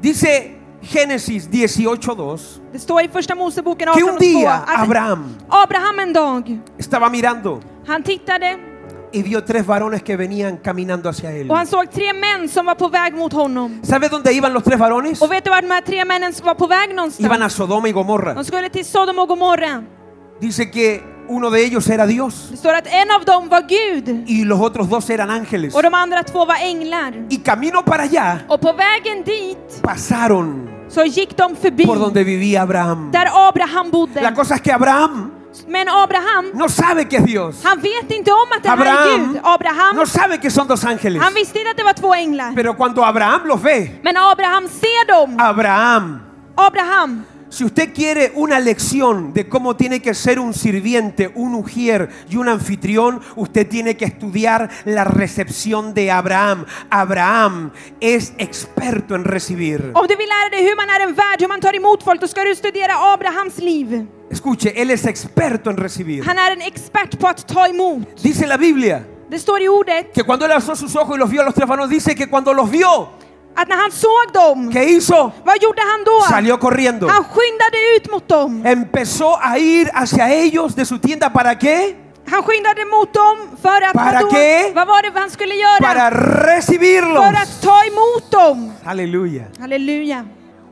Dice Génesis 18:2 Det står i första Moseboken que un 18.2 día att Abraham Abraham en dag, estaba mirando han tittade y vio tres varones que venían caminando hacia él. och han såg tre män som var på väg mot honom. ¿Sabes dónde iban los tres varones? Och vet du vart de här tre männen var på väg Iban a någonstans? Sodoma y Gomorra. De skulle till Sodom och Gomorra. Dice que uno de ellos era Dios Det står att en av dem var Gud y los otros dos eran ángeles. och de andra två var änglar. Y camino para allá Och på vägen dit pasaron så gick de förbi por donde vivía Abraham. där Abraham La bodde. cosa es que Abraham Men Abraham, no sabe que es Dios. han vet inte om att det här är Abraham Gud. Abraham, no sabe que son dos ángeles. han visste inte att det var två änglar. Pero cuando Abraham los ve, Men Abraham ser dem. Abraham, Abraham, si usted quiere una lección de cómo tiene que ser un sirviente, un ujier y un anfitrión, usted tiene que estudiar la recepción de Abraham. Abraham es experto en recibir. om du vill lära dig hur man är en värd, hur man tar emot folk, då ska du studera Abrahams liv. Escuche, él es experto en recibir. Han är en expert på att ta emot. Dice la Biblia Det står i ordet que cuando él alzó sus ojos y los vio a los tres varones, dice que cuando los vio, att när han såg dem, ¿qué hizo? vad gjorde han då? Salió corriendo. Han skyndade ut mot dem. Empezó a ir hacia ellos de su tienda. ¿Para qué? Han skyndade mot dem för att Para vadå? qué? vad var det han skulle göra? Para recibirlos. för att ta emot dem. Aleluya. Halleluja.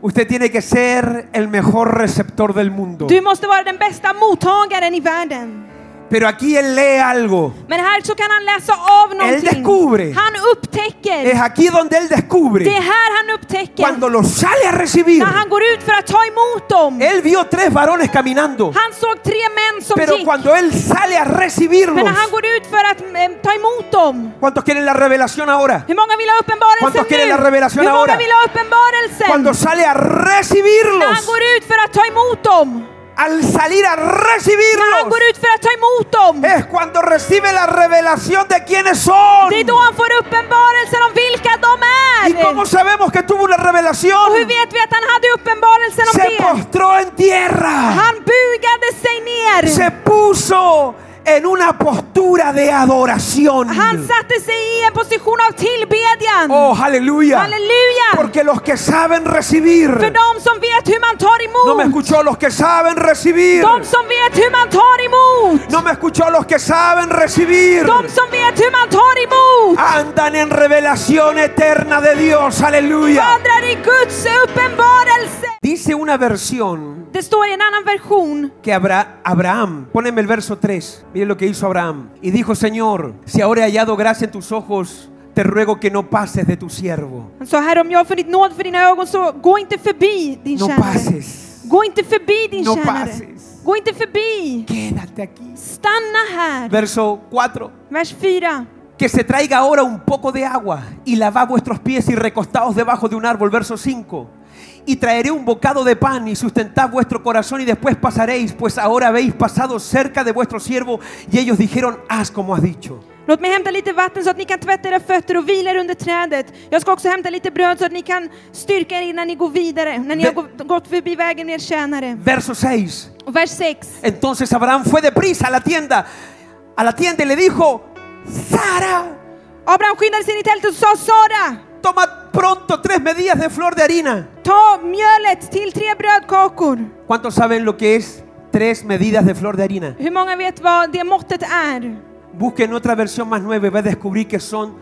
Usted tiene que ser el mejor receptor del mundo. Du måste vara den bästa mottagaren i världen. Pero aquí él lee algo. Men här så kan han läsa av någonting. descubre. Han upptäcker. Es aquí donde él Det är descubre. här han upptäcker. Cuando lo sale a recibir, När han går ut för att ta emot dem. él vio tres varones caminando. Han såg tre män som Pero gick. cuando él sale a recibirlos, Men när han går ut för att eh, ta emot dem. ¿cuántos quieren la revelación ahora? Hur många vill ha uppenbarelsen ¿Cuántos nu? quieren la revelación Hur många ahora? vill ha uppenbarelsen? Cuando sale a När han recibirlos, går ut för att ta emot dem. al salir a När han recibirlos, går ut för att ta emot dem. es cuando recibe la revelación de quiénes Det är son. då han får uppenbarelsen om vilka de ¿Y är. cómo sabemos que tuvo una revelación? Och hur vet vi att han hade uppenbarelsen om Se det? postró en tierra. Han bugade sig ner. se puso en una postura de adoración. Han satte sig i en position av tillbedjan. Oh, aleluya. Halleluja! Porque los que saben recibir, För de som vet hur man tar no me emot. escuchó los que saben recibir, De som vet hur man tar emot. no me escuchó los que saben recibir, De som vet hur man tar emot. andan en revelación eterna de Dios. Aleluya. Vandrar i Guds uppenbarelse. Dice una versión Det står i en annan version. que Abra- Abraham, poneme el verso 3, miren lo que hizo Abraham. Y dijo, Señor, si ahora he hallado gracia en tus ojos, te ruego que no pases de tu siervo. Han sa, Herre om jag har funnit nåd för dina ögon så gå inte förbi din No tjänare. pases. Gå inte förbi din No tjänare. passes. Gå inte förbi. Quédate aquí. Stanna här. Verso 4. Vers 4. Que se traiga ahora un poco de agua y lavad vuestros pies y recostaos debajo de un árbol. Verso 5. Y traeré un bocado de pan y sustentad vuestro corazón y después pasaréis, pues ahora habéis pasado cerca de vuestro siervo. Y ellos dijeron, haz como has dicho. Låt mig hämta lite vatten så att ni kan tvätta era fötter och vila er under trädet. Jag ska också hämta lite bröd så att ni kan styrka er innan ni går vidare, när ni Ve- har gå- gått förbi vägen med er tjänare. Verso 6. Och vers 6. Entonces Abraham fue deprisa a la tienda, a la tienda y le dijo, Sara, Abraham skyndade sig in i tältet och sa Sara, toma pronto tres medidas de flor de harina. ta mjölet till tre brödkakor. ¿Cuántos saben lo que es tres medidas de flor de harina? Hur många vet vad det måttet är? Busquen otra versión más nueva y va a descubrir que son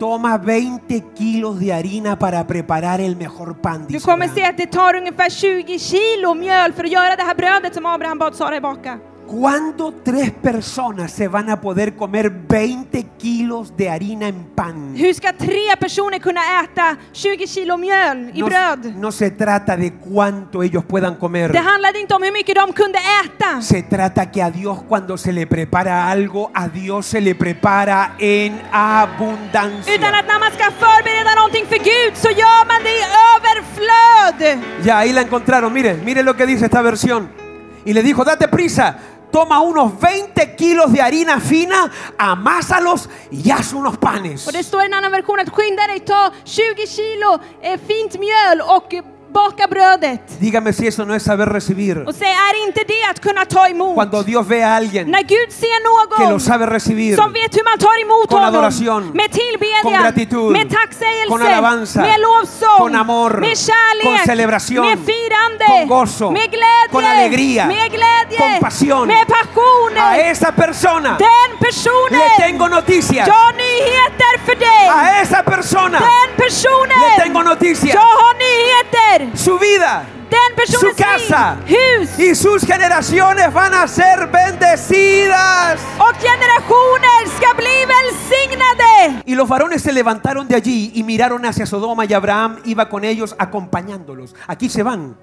toma 20 kilos de harina para preparar el mejor pan. Du dice kommer Abraham. se att det tar ungefär 20 kilo mjöl för att göra det här brödet som Abraham bad Sara baka. Mm. ¿Cuándo tres personas se van a poder comer 20 kilos de harina en pan? Hur ska tre personer kunna äta 20 kilo mjöl i No, bröd? no se trata de cuánto ellos puedan comer. Det handlade inte om hur mycket de kunde äta. Se trata que a Dios cuando se le prepara algo, a Dios se le prepara en Utan abundancia. att när man ska förbereda någonting för Gud så gör man det i överflöd. Ya, ahí la encontraron. Miren, miren lo que dice esta versión. Y le dijo, date prisa, toma unos 20 kilos de harina fina, amásalos y haz unos panes. Och det står i en annan version att skynda dig, ta 20 kilo eh, fint mjöl och eh, tillbaka brödet. Dígame si eso no es saber recibir. Och säg, är inte det att kunna ta emot? Cuando Dios ve a alguien När Gud ser que lo någon sabe recibir, som vet hur man tar emot Con honom adoración. med Con tillbedjan, gratitud. med tacksägelse, Con alabanza. med lovsång, Con amor. med kärlek, Con celebración. med firande, Con gozo. med glädje, Con alegría. med glädje, Con pasión. med passioner. a esa persona Den le personen, tengo noticias. jag har nyheter för dig. A esa persona Den personen, le tengo noticias. jag har nyheter. Su vida Den personens Su casa. liv, hus y sus generaciones van a ser bendecidas. och generationer ska bli välsignade. Y los varones se levantaron de allí y miraron hacia Sodoma y Abraham iba con ellos acompañándolos. Aquí se van.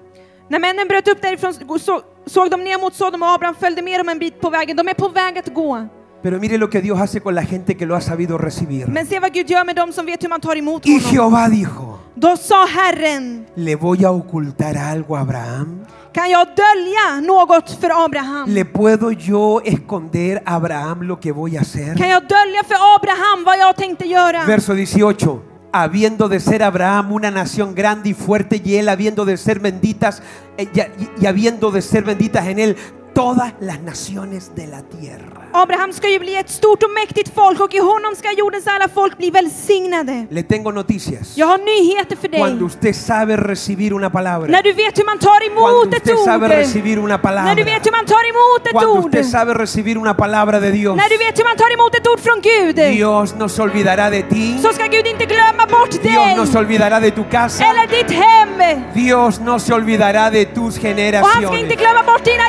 När männen bröt upp därifrån så, såg de ner mot Sodom och Abraham följde med dem en bit på vägen. De är på väg att gå. Pero mire lo que Dios hace con la gente que lo ha sabido recibir. Men se vad Gud gör med dem som vet hur man tar emot Y honom. Jehová dijo, Då sa Herren, ¿le voy a ocultar algo a Abraham? kan jag dölja något för Abraham? ¿Le puedo yo esconder a Abraham lo que voy a hacer? Kan jag dölja för Abraham vad jag tänkte göra? Verso 18. Habiendo de ser Abraham una nación grande y fuerte y él habiendo de ser benditas eh, y, y- y habiendo de ser benditas en él todas las naciones de la tierra. Abraham ska ju bli ett stort och mäktigt folk och i honom ska jordens alla folk bli välsignade. Le tengo noticias. Jag har nyheter för dig. Cuando usted sabe recibir una palabra, När du vet hur man tar emot cuando ett usted sabe ord. recibir una När du palabra, vet hur man tar emot ett cuando ord. usted sabe recibir una palabra de Dios, När du vet hur man tar emot ett ord från Gud. Dios no se olvidará de ti. Så ska Gud inte glömma bort Dios dig. no se olvidará de tu casa. Eller ditt hem. Dios no se olvidará de tus Och han ska inte generaciones. glömma bort dina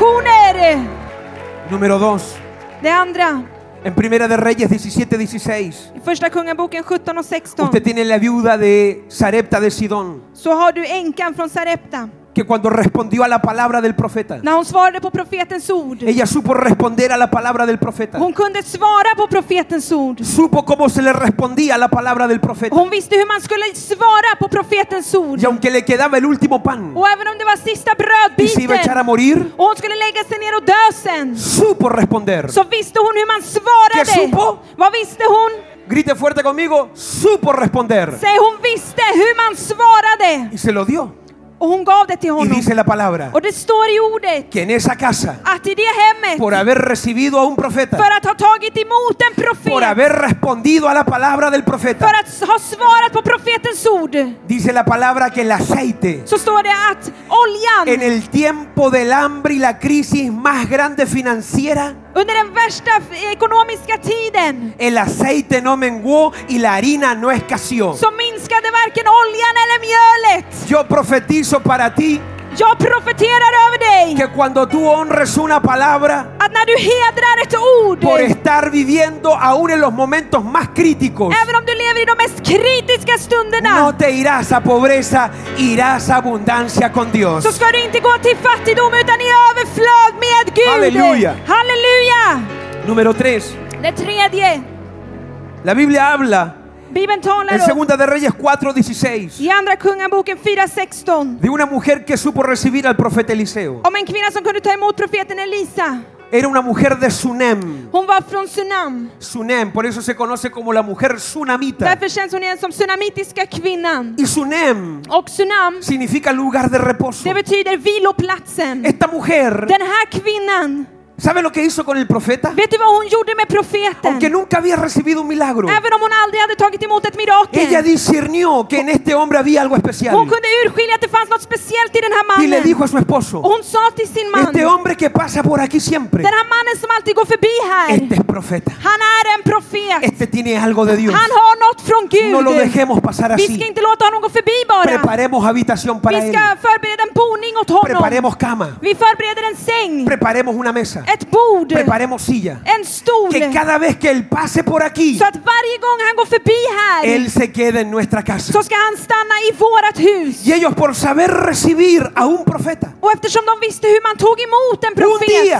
generationer. Número 2. Det andra. En Primera de Reyes 17, 16. I första kungaboken 17 och 16. Usted tiene la viuda de Sarepta de Sidón, Så har du änkan från Sarepta. que cuando respondió a la palabra del profeta, När hon svarade på profetens ord. ella supo responder a la palabra del profeta. Hon kunde svara på profetens ord. Supo cómo se le respondía a la palabra del profeta. Hon visste hur man skulle svara på profetens ord. Y aunque le quedaba el último pan Och även om det var sista y se iba a echar a brödbiten. morir, Och hon skulle lägga sig ner och dö sen. supo responder. Så visste hon hur man Que supo. svarade. Vad visste hon? Grite fuerte conmigo, supo responder. Säg hon visste hur man svarade. Y se lo dio. Och hon gav det till Y honom. dice la palabra Och det står i ordet que en esa casa, att i det hemmet, por haber recibido a un profeta, för att ha tagit emot en por profet, haber respondido a la palabra del för profeta, att ha svarat på profetens ord, dice la palabra que el aceite så står det att en oljan el tiempo del hambre y la crisis más grande financiera, under den värsta ekonomiska tiden el aceite no menguó y la harina no escaseó. så minskade varken oljan eller mjölet. Yo profetizo para ti Jag profeterar över dig que cuando tú honres una palabra, att när du hedrar ett por ord, estar viviendo aún en los momentos más críticos. även om du lever i de mest kritiska stunderna, No te irás a pobreza, irás a abundancia con så Dios. ska du inte gå till fattigdom utan i överflöd med Gud. Halleluja. Halleluja! Número 3. Det tredje, La Biblia habla Bibeln en talar om 2 de Reyes 4:16 i Andra Kungaboken 4.16 de una mujer que supo recibir al profeta Eliseo. om en kvinna som kunde ta emot profeten Elisa. Era una mujer de Sunem. Hon var från Sunam. Sunem, por eso se conoce como la mujer sunamita. Därför känns hon igen som Sunamitiska kvinnan. Y Sunem Och Sunam, significa lugar de reposo. det betyder viloplatsen. Esta mujer, Den här kvinnan, ¿sabe lo que hizo con el profeta? vet du vad hon gjorde med Aunque profeten? nunca había recibido un milagro. Även om hon aldrig hade tagit emot ett Ella mirakel. discernió que en este hombre había algo especial Hon kunde urskilja att det fanns något speciellt i den här y le mannen. dijo a su esposo, Och hon sa till sin man, este hombre que pasa por aquí siempre, den här mannen som alltid går förbi este här, es profeta, han är en profet. este tiene algo de Dios. Han har något från Gud. No lo dejemos pasar Vi ska así. inte låta honom gå förbi bara. Preparemos habitación para Vi él, ska förbereda en boning åt honom. preparemos cama, Vi förbereder en säng, preparemos una mesa, ett bord, preparemos silla, en stol. que cada vez que él pase por aquí, Så att varje gång han går förbi här él se quede en nuestra casa. så ska han stanna i vårat hus. Y ellos por saber recibir a un profeta, Och eftersom de visste hur man tog emot en día.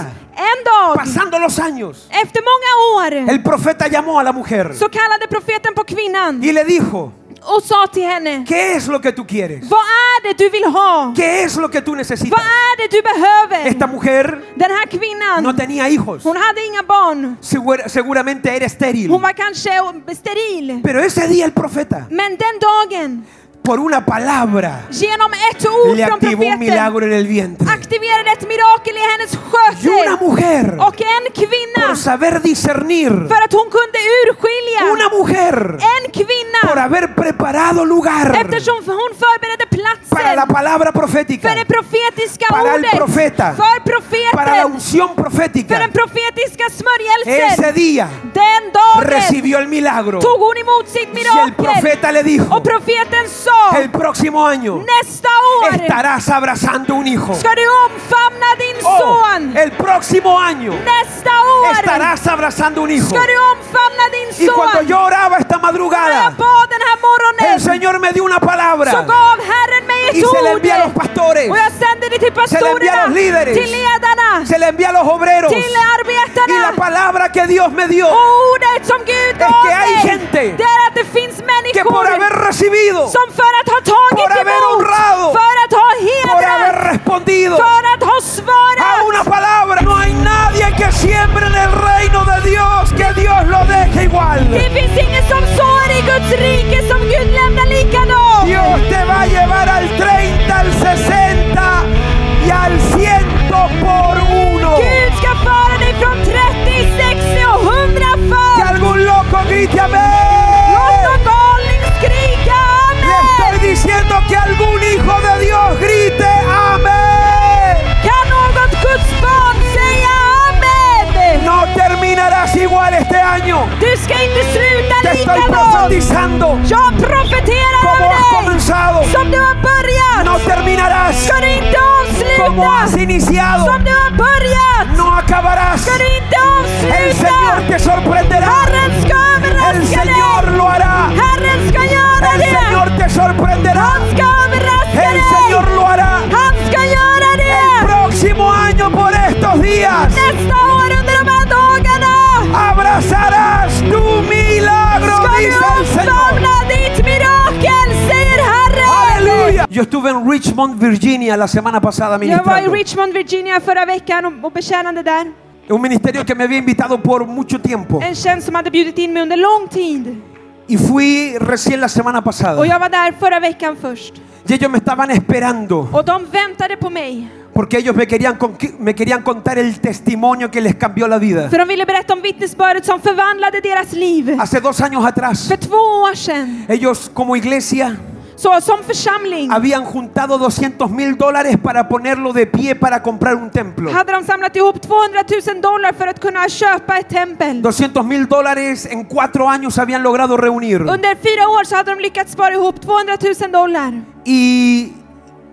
profet en dag, pasando los años, efter många år, el profeta llamó a la mujer så kallade profeten på kvinnan y le dijo, och sa till henne, ¿qué es lo que tú quieres? vad är det du vill ha? ¿Qué es lo que tú necesitas? Vad är det du behöver? Esta mujer Den här no kvinnan, tenía hijos. hon hade inga barn. Segur- seguramente era estéril. Hon var kanske steril. Pero ese día el profeta Men den dagen por una palabra Genom ett ord le från activó un profeten milagro en el vientre. aktiverade ett mirakel i hennes Y una sköte. mujer, Och en kvinna, por saber discernir, för att hon kunde urskilja una mujer, en por kvinna haber preparado lugar eftersom hon förberedde para la platsen palabra profética, för det profetiska Para el ordet, profeta. för para la profeten, unción för profética. den profetiska Ese smörjelsen. día Den dagen recibió el milagro. tog hon emot sitt Y el mirakel profeta le dijo, och profeten sa el próximo Mm. año nästa år estarás abrazando un hijo. ska du omfamna din Oh, son. el próximo año Nästa år estarás abrazando un hijo. ska du omfamna din Y cuando son. yo oraba esta När madrugada, jag bad den här el morgonen Señor me dio una så palabra gav Herren mig y ett se le envía a los ord pastores, och jag sände det till envía a pastorerna, los líderes. till ledarna, se le envía a los obreros. till Y la arbetarna. palabra que Dios me dio, Och ordet som Gud Es gav que hay mig, gente det är att det finns que por människor haber recibido, som för att ha tagit por haber emot, honrado, för att ha por haber hedrat, respondido för att ha a svarat. una palabra, no hay nadie que siembre en el reino de Dios que Dios lo deje igual. Det finns ingen som sår i Guds rike som Gud lämnar likadant. Dios te va a llevar al 30, al 60 y al 100 por uno. Gud ska föra dig från 30, 60 och 100 Que för. algún loco grite Låt amén. någon galning skrika Le amen. estoy diciendo que algún hijo de Dios grite amén. Kan något Guds barn säga amen? No terminarás igual este año. Du ska inte sluta Te estoy likadant. profetizando Jag profeterar como has över dig. comenzado. Som du har börjat No terminarás ska du inte como avsluta. has iniciado. Som du har börjat No acabarás. ska du inte El avsluta. Señor te sorprenderá. Herren ska El överraska Señor dig. lo hará. Herren ska göra El det. Señor te sorprenderá. Han ska överraska El Señor dig. lo hará. Han ska göra det. Próximo año por estos días. Nästa år under de här dagarna Abrazarás tu milagro, ska du dice el Señor. omfamna ditt mirakel, säger Herren. Aleluya. Yo estuve en Richmond, Virginia la semana pasada Jag var i ministrando. Richmond, Virginia förra veckan och- och betjänade där. Un ministerio que me había invitado por mucho tiempo. En tjänst som hade bjudit in mig under lång tid. Y fui recién la semana Och pasada. jag var där förra veckan först. Y ellos me estaban esperando Och de väntade på mig. porque ellos me querían, conqui- me querían contar el testimonio que les cambió la vida. För de ville berätta om vittnesbördet som förvandlade deras liv. Hace dos años atrás, För två år sedan, ellos como iglesia så som församling, habían juntado 200 mil dólares para ponerlo de pie para comprar un templo. hade de samlat ihop 200 000 dollar för att kunna köpa ett tempel. 200 mil dólares en cuatro años habían logrado reunir. Under fyra år så hade de lyckats spara ihop 200 000 dollar. Y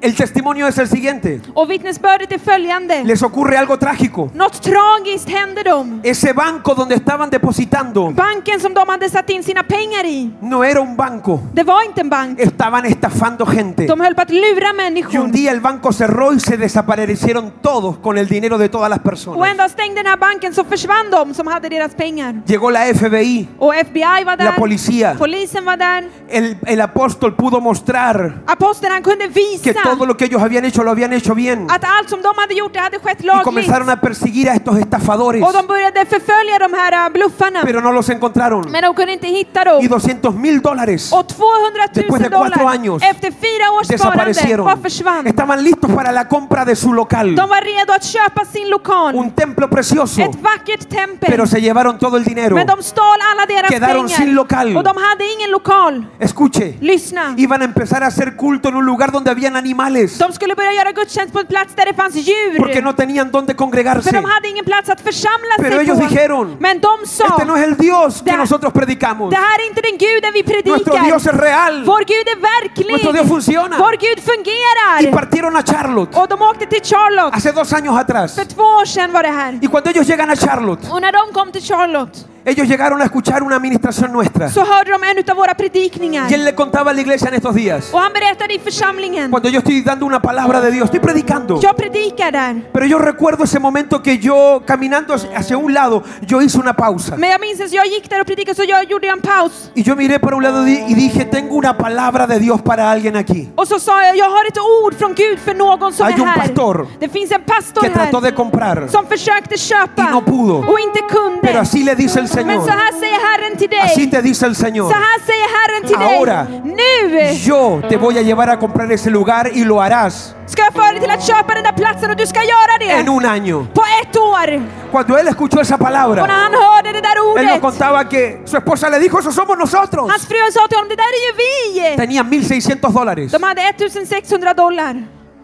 el testimonio es el siguiente. Och vittnesbördet är följande. Les ocurre algo trágico. Något tragiskt hände dem. Ese banco donde estaban depositando Banken som de hade satt in sina pengar i, no era un banco. det var inte en bank. Estaban estafando gente. De höll på att lura Y un människor. día el banco cerró y se desaparecieron todos con el dinero de todas las Och en personas. dag stängde den här banken så försvann de som hade deras pengar. Llegó la FBI. Och FBI var där. La policía. Polisen var där. El, el apóstol pudo mostrar Aposteln han kunde visa que todo lo que ellos habían hecho lo habían hecho bien. att allt som de hade gjort det hade skett Y lagligt. comenzaron a perseguir a estos estafadores. Och de började förfölja de här äh, bluffarna. Pero no los encontraron. Men de kunde inte hitta Y dem. 200 mil dólares Och 200 Después de 000 cuatro dollar años, efter fyra års sparande desaparecieron. bara försvann. Estaban listos para la compra de su local. De var redo att köpa sin lokal. Un templo precioso. Ett vackert tempel. Pero se llevaron todo el dinero. Men de stal alla deras Quedaron pengar. sin lokal. Och de hade ingen lokal. Escuche. Lyssna. Iban a empezar a hacer culto en un lugar donde habían animales. De skulle börja göra gudstjänst på en plats där det fanns djur. Porque no tenían dónde congregarse. För de hade ingen plats att församla Pero sig ellos på. dijeron, Men de sa, Este no es el Dios que Da- nosotros predicamos. det här är inte den guden vi Nuestro predikar. Dios es real. Vår Gud är verklig. Nuestro Dios funciona. Vår Gud Y fungerar. partieron a Charlotte Och de åkte till Charlotte. hace dos años atrás. För två år sedan var det här. Y cuando ellos llegan a Charlotte, Och när de kom till Charlotte ellos llegaron a escuchar una administración nuestra. så hörde de en av våra predikningar. ¿Quién le contaba a la iglesia en estos días? Och han berättade i församlingen. Cuando yo estoy dando una palabra de Dios, estoy predicando. Jag predikar där. Pero yo recuerdo ese momento que yo, caminando hacia hacia un lado, yo hice una pausa. Men jag minns att jag gick där och predikade så jag gjorde en paus. Y yo miré para un lado di- y dije, tengo una palabra de Dios para alguien aquí. Och så sa jag, jag har ett ord från Gud för någon som Hay är un här. pastor det finns en pastor Que trató här de comprar. som försökte köpa Y no pudo. och inte kunde. Pero así le dice el Men Señor. så här säger Herren till Así dig. te dice el Señor. Så här säger Herren till Ahora. dig. Nu Yo te voy a llevar a comprar ese lugar y lo harás ska jag föra dig till att köpa den där platsen och du ska göra en det. un año. På ett år. Cuando él escuchó esa Och när palabra, han hörde det där él nos ordet. contaba que su esposa le dijo, eso somos nosotros. Hans fru sa till honom, det där är ju vi. Tenían 1.600 dólares. De hade 1600 dollar.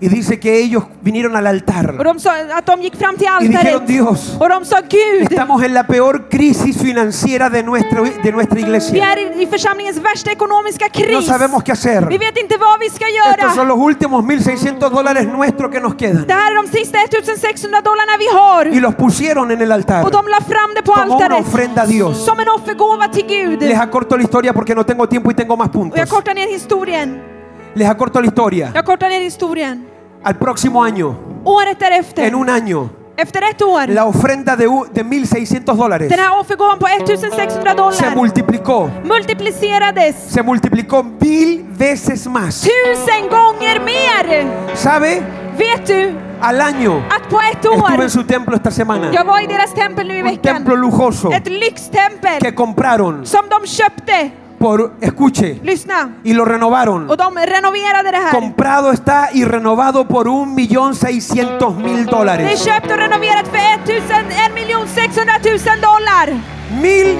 Y dice que ellos vinieron al Och altar. de sa att de gick fram till Y dijeron, altaret. Dios, Och de sa Gud, estamos en la peor crisis financiera de nuestra, de nuestra vi iglesia. är i- i församlingens värsta ekonomiska No kris. sabemos qué hacer. Vi vet inte vad vi ska Estos son göra. los últimos 1.600 dólares nuestros que nos quedan. Det här är de sista 1600 dollarna vi har. Y los pusieron en el altar. Och de la fram det på Como una altaret. ofrenda a Dios. Som en offergåva till Gud. Les acorto la historia porque no tengo tiempo y tengo más Och jag puntos. kortar ner historien. Les acorto la historia. Jag kortar ner historien. Al próximo año, Året en därefter, un año, efter ett år, la ofrenda de, u- de 1.600 dólares den här offergåvan på 1600 se dollar multiplicó. multiplicerades Se multiplicó mil veces más. tusen gånger mer. ¿Sabe? Vet du Al año att på ett estuve en år, su templo esta semana. jag var i deras tempel nu i Un templo veckan, lujoso ett que lyxtempel compraron som de köpte, por, escuche, lyssna, y lo renovaron. och de renoverade det här. Comprado está y renovado por un millón seiscientos mil Det är dólares. köpt och renoverat för 1000, 1 600 000 dollar.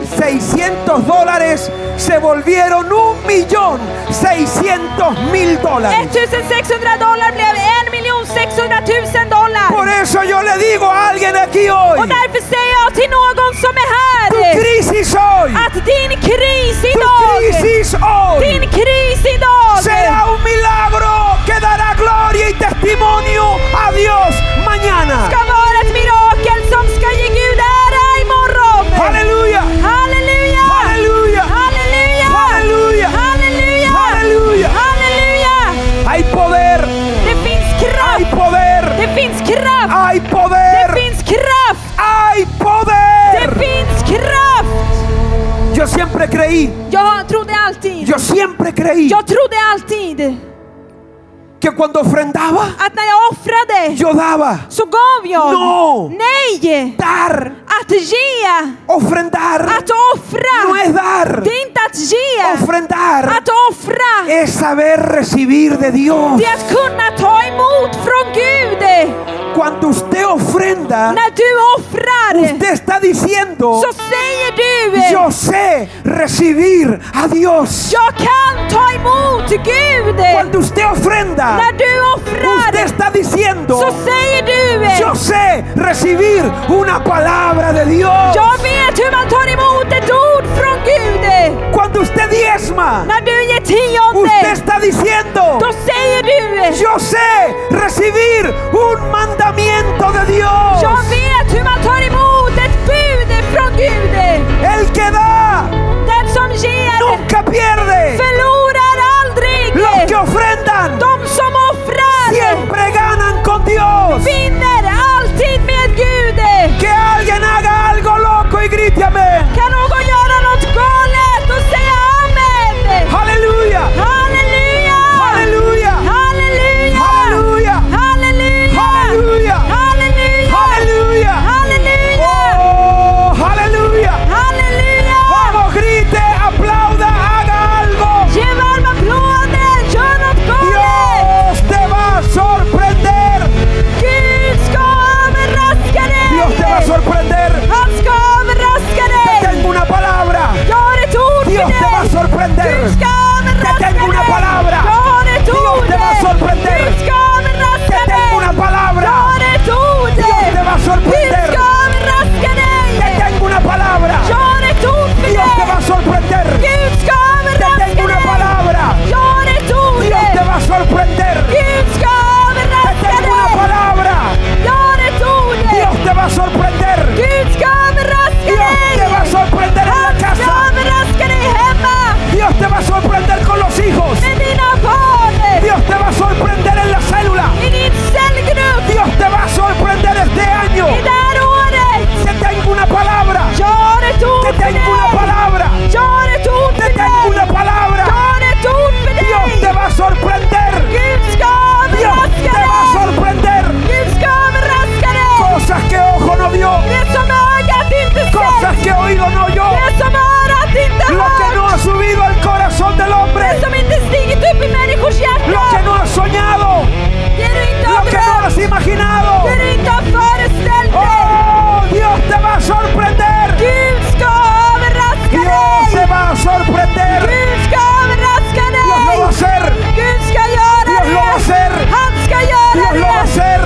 1.600 dólares se volvieron un millón seiscientos mil dólares. 1600 dollar blev 1 600 Por 000 dollar. eso yo le digo a alguien aquí hoy, Och därför säger jag till någon som är här tu crisis hoy, att din kris tu idag, crisis hoy din kris idag será un milagro que dará gloria y testimonio a Dios mañana. ska vara ett mirakel som ska ge Gud ära imorgon. Aleluya, Halleluja! aleluya, Halleluja! Halleluja! Halleluja! Halleluja! Halleluja! hay poder, Det finns hay kraft! poder, Det finns kraft! hay Det poder, finns kraft! hay Det poder. finns kraft! Yo siempre creí, Jag trodde alltid, yo siempre creí jag trodde alltid que cuando ofrendaba, att när jag offrade yo daba. så gav jag. No. Nej! Dar, Att ge, ofrendar, att offra, no es dar. det är inte att ge, Ofrendar att offra. es saber recibir de Dios. Det är att kunna ta emot från Gud. Cuando usted ofrenda, När du offrar usted está diciendo, så säger du yo sé recibir a Dios. Jag kan ta emot Gud. Cuando usted ofrenda, När du offrar usted está så diciendo, säger du yo sé recibir una palabra de Dios. Jag vet hur man tar emot ett ord från Gud. Cuando usted diezma, När du ger usted tionde está diciendo, då säger du yo sé recibir un mandamiento de Dios. Jag vet hur man tar emot ett bud från Gud. El que da Den som ger nunca pierde. förlorar aldrig. Los que ofrendan De som offrar siempre ganan con Dios. vinner alltid med Gud. Que alguien haga algo loco y grite amén. Kan någon göra något galet och säga amen? Aleluya, Halleluja! aleluya, Halleluja! aleluya, aleluya, Halleluja! Halleluja! aleluya. Halleluja! Oh, aleluya. Halleluja! Vamos, grite, aplauda, haga algo. Ge varma applåder! Gör något Y este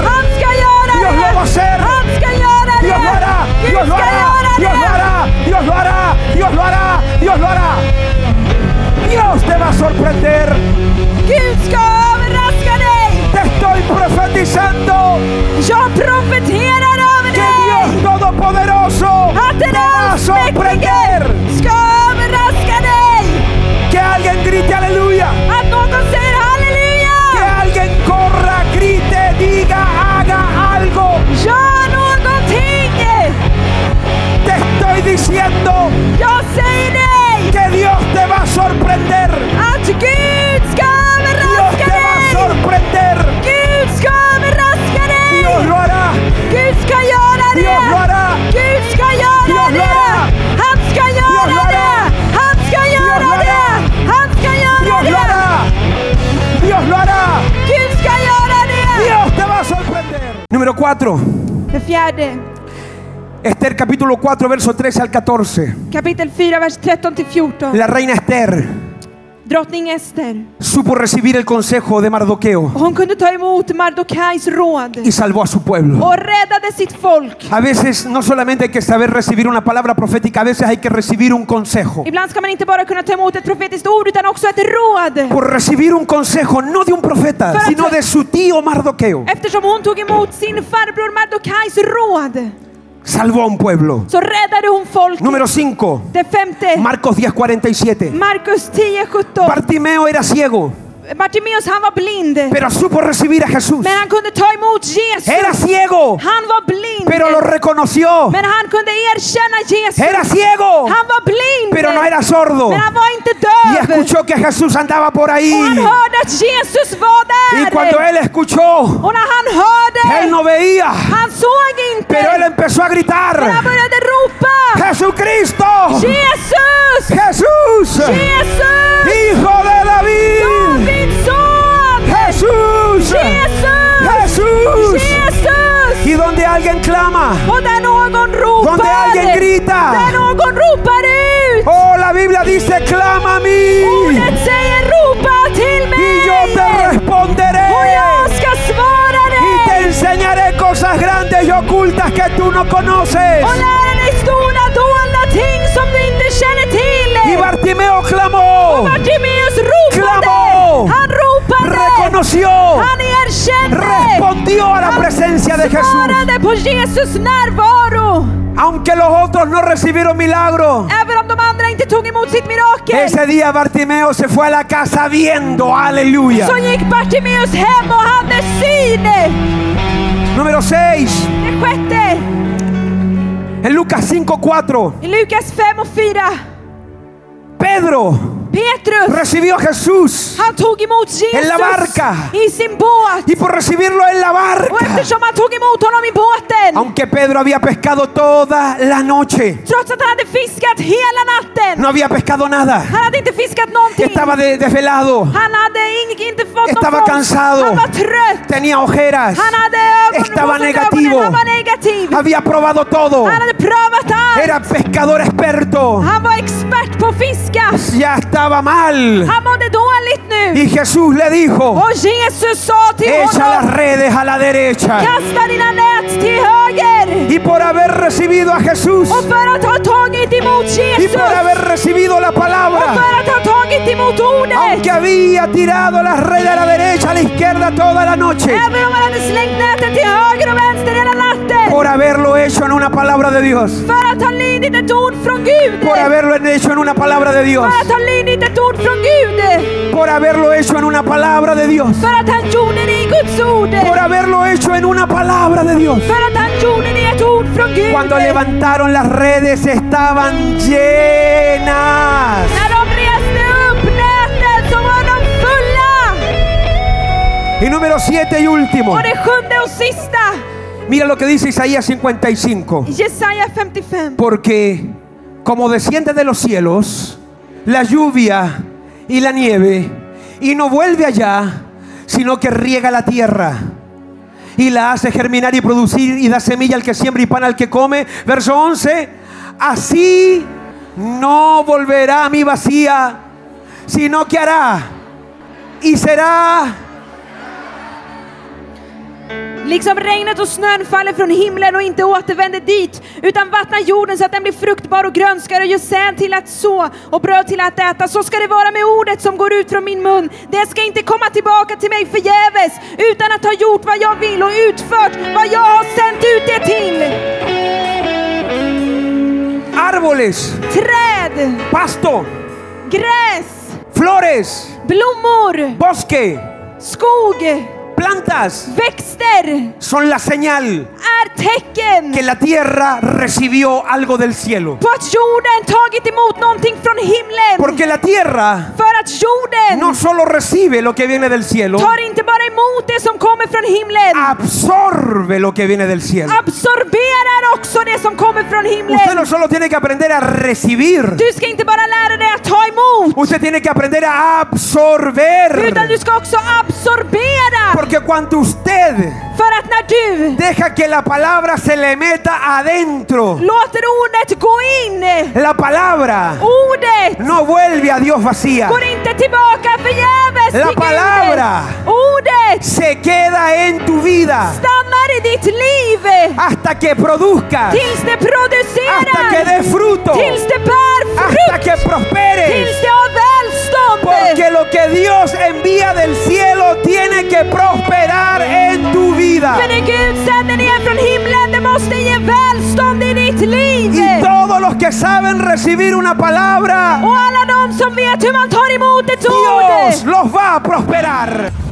Oh, Número 4. Det fjärde, Esther capítulo 4, verso 13 al 14. kapitel 4, vers 13 till 14. La reina Esther Drottning Ester, supo recibir el consejo de Mardoqueo hon kunde ta emot Mardokais råd y salvó a su pueblo. och räddade sitt folk. A veces no solamente hay que saber recibir una palabra profética, a veces hay que recibir un consejo. Ibland ska man inte bara kunna ta emot ett profetiskt ord utan också ett råd. Por recibir un consejo no de un profeta, sino de su tío Mardoqueo, Eftersom hon tog emot sin farbror Mardokais råd salvó a un pueblo. så räddade hon folk. Número 5. Det femte, Marcos 10:47. Markus 10, 17. Bartimeo era ciego, Bartimeus han var blind, pero supo recibir a Jesús. men han kunde ta emot Era Jesus. ciego, Han var blind, pero lo reconoció. men han kunde erkänna Jesus. Era ciego, Han var blind, pero no era sordo. men han var inte Y döv. escuchó que Jesús andaba por ahí. Och han hörde att Jesus var Y där. cuando él escuchó, Och när han hörde, él no veía, han såg inte, pero él empezó a men han gritar: började ropa ¡Jesucristo! Jesus! ¡Jesús! Jesus! ¡Hijo de David! Davids son! ¡Jesús! Jesus! ¡Jesús! Jesus! Y donde alguien clama, Och där någon ropar, Donde alguien grita. där någon ropar ut, oh, la Biblia dice: clama a mí ordet säger ropa till mig y yo te och jag responderé. ska svara Y te dig enseñaré cosas grandes y ocultas que tú no conoces. och lära dig stora dolda ting som du inte känner Y till. Bartimeo clamó, Bartimeus ropade, Clamó. han ropade, reconoció, han erkände, respondió a la presencia de Jesús. svarade på Jesus närvaro. Aunque los otros no recibieron milagro, Även om de andra inte tog emot sitt mirakel ese día Bartimeo se fue a la casa viendo, aleluya. så gick Bartimeus hem och hade syn. Número 6, Det sjätte en Lucas 5:4, I Lukas 5 och 4. Pedro Petrus, recibió a Jesús han tog emot Jesus En la barca. i sin båt. y por recibirlo en la Och barca, eftersom han tog emot honom i båten, aunque Pedro había pescado toda la noche, trots att han hade fiskat hela natten, no había pescado nada, han hade inte fiskat någonting. estaba de- desvelado, Han hade ing- inte fått någon Estaba fångst. cansado. Han var trött. tenía ojeras, Han hade Estaba ögonen negativo. Han var negativ. había probado todo, Han hade prövat allt. era pescador experto, Han var expert på att fiska. ya estaba mal. Han mådde dåligt nu. Y Jesús le dijo, Och Jesus sa till echa honom, las redes a la derecha. kasta dina nät till höger. Y por haber recibido a Jesús, Och för att ha tagit emot y Jesus por haber recibido la och palabra, för att ha tagit emot ordet. aunque había tirado las redes a la derecha, a la izquierda toda la noche, Även om han hade slängt nätet till höger och vänster hela natten. por haberlo hecho en una palabra de Dios, För att ha lidit ett ord från Gud. por haberlo hecho en una palabra de Dios, För att ha lidit ett ord från Gud. por haberlo hecho en una palabra de Dios, För att han gjorde det i Guds ord. por haberlo hecho en una palabra de Dios. För att han gjorde det i ett ord från Gud. Cuando levantaron las redes estaban llenas. När de reste upp nätet så var de fulla. Y número 7 y último. Och det sjunde och sista. Mira lo que dice Isaías 55. Jesaja 55. Porque como desciende de los cielos la lluvia y la nieve, y no vuelve allá, sino que riega la tierra. Y la hace germinar y producir y da semilla al que siembra y pan al que come. Verso 11. Así no volverá a mi vacía, sino que hará y será Liksom regnet och snön faller från himlen och inte återvänder dit, utan vattnar jorden så att den blir fruktbar och grönskare och gör säd till att så och bröd till att äta. Så ska det vara med ordet som går ut från min mun. Det ska inte komma tillbaka till mig förgäves, utan att ha gjort vad jag vill och utfört vad jag har sänt ut det till. árboles, Träd, pasto, gräs, flores, blommor, bosque, skog, plantas. växter Son la señal är tecken que la tierra recibió algo del cielo. på att jorden tagit emot någonting från himlen. Porque la tierra För att jorden no solo recibe lo que viene del cielo, Tar inte bara emot det som kommer från himlen. absorbe lo que viene del cielo. Absorberar också det som kommer från Ah. Usted himlen. no solo tiene que aprender a recibir, Du ska inte bara lära dig att ta emot, usted tiene que aprender a utan absorber. du ska också absorbera. Porque cuando usted För att när du deja que la palabra se le meta adentro, låter ordet gå in, la palabra ordet no vuelve a Dios vacía. går inte tillbaka förgäves Ah. La till Gud. palabra. Ordet Se queda en tu vida stannar i ditt liv hasta que produzcas, tills det hasta que producerar, dé fruto, tills det bär hasta frukt, que prosperes. tills det har välstånd. Porque lo que Dios envía del cielo tiene que prosperar en tu vida. För det Gud sänder ner från himlen, det måste ge välstånd i ditt liv. Y todos los que saben recibir una palabra, Och alla de som vet hur man tar emot ett ord. Dios los va a prosperar.